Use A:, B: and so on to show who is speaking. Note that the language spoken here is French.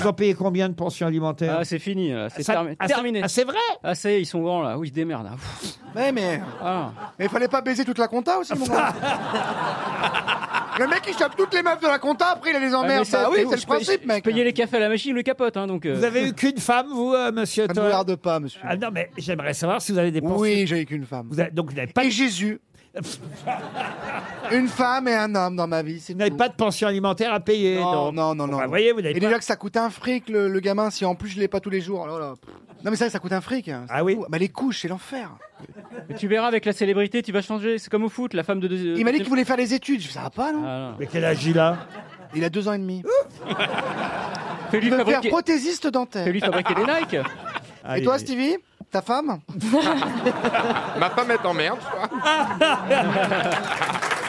A: Vous en payez combien de pensions alimentaires
B: Ah, c'est fini, là, c'est
A: Euh, Ça-
B: termi-
A: ah, c'est-
B: terminé.
A: ah, c'est vrai
B: Ah, ça y est, ils sont grands là. Oui, ils se démerdent. là. Pff,
C: Mais mais
B: ah.
C: mais fallait pas baiser toute la compta aussi mon gars. Le mec il chope toutes les meufs de la compta après il les
B: Ah, mais
C: emmerde.
B: ça,
C: Bah oui,
B: je
C: c'est le
B: paye-
C: principe
B: je
C: mec.
B: payais les cafés à la machine, le capote, hein, donc. euh,
A: Vous avez eu qu'une femme, vous, euh, monsieur
C: Ça ne
A: Toen
C: vous regarde pas monsieur.
A: Ah non, mais j'aimerais savoir si vous avez des pensions.
C: Oui, j'ai eu qu'une femme.
A: Vous avez- donc vous n'avez pas,
C: Et Jésus. Une femme et un homme dans ma vie, c'est
A: vous n'avez
C: tout.
A: pas de pension alimentaire à payer.
C: Non, non, non,
A: Bon,
C: non.
A: bah, vous voyez, vous n'avez
C: Et
A: pas-
C: déjà que ça coûte un fric le, le gamin, si en plus je l'ai pas tous les jours. alors là, pff. Non mais ça, ça coûte un fric. hein, c'est
A: Ah oui.
C: fou. Bah les couches, c'est l'enfer.
B: mais tu verras avec la célébrité, tu vas changer. C'est comme au foot, la femme de. deux-
C: Il m'a dit qu'il voulait faire les études. Je fais, Ça va pas non
B: Ah,
A: Mais quel âge il a
C: Il a deux ans et demi.
B: non. Fais-lui
C: Il veut faire
B: fabriquer...
C: prothésiste dentaire.
B: fais-lui fabriquer des Nike.
C: Et
A: Allez,
C: toi
A: allez.
C: Stevie, ta femme
D: Ma femme est en merde, je crois.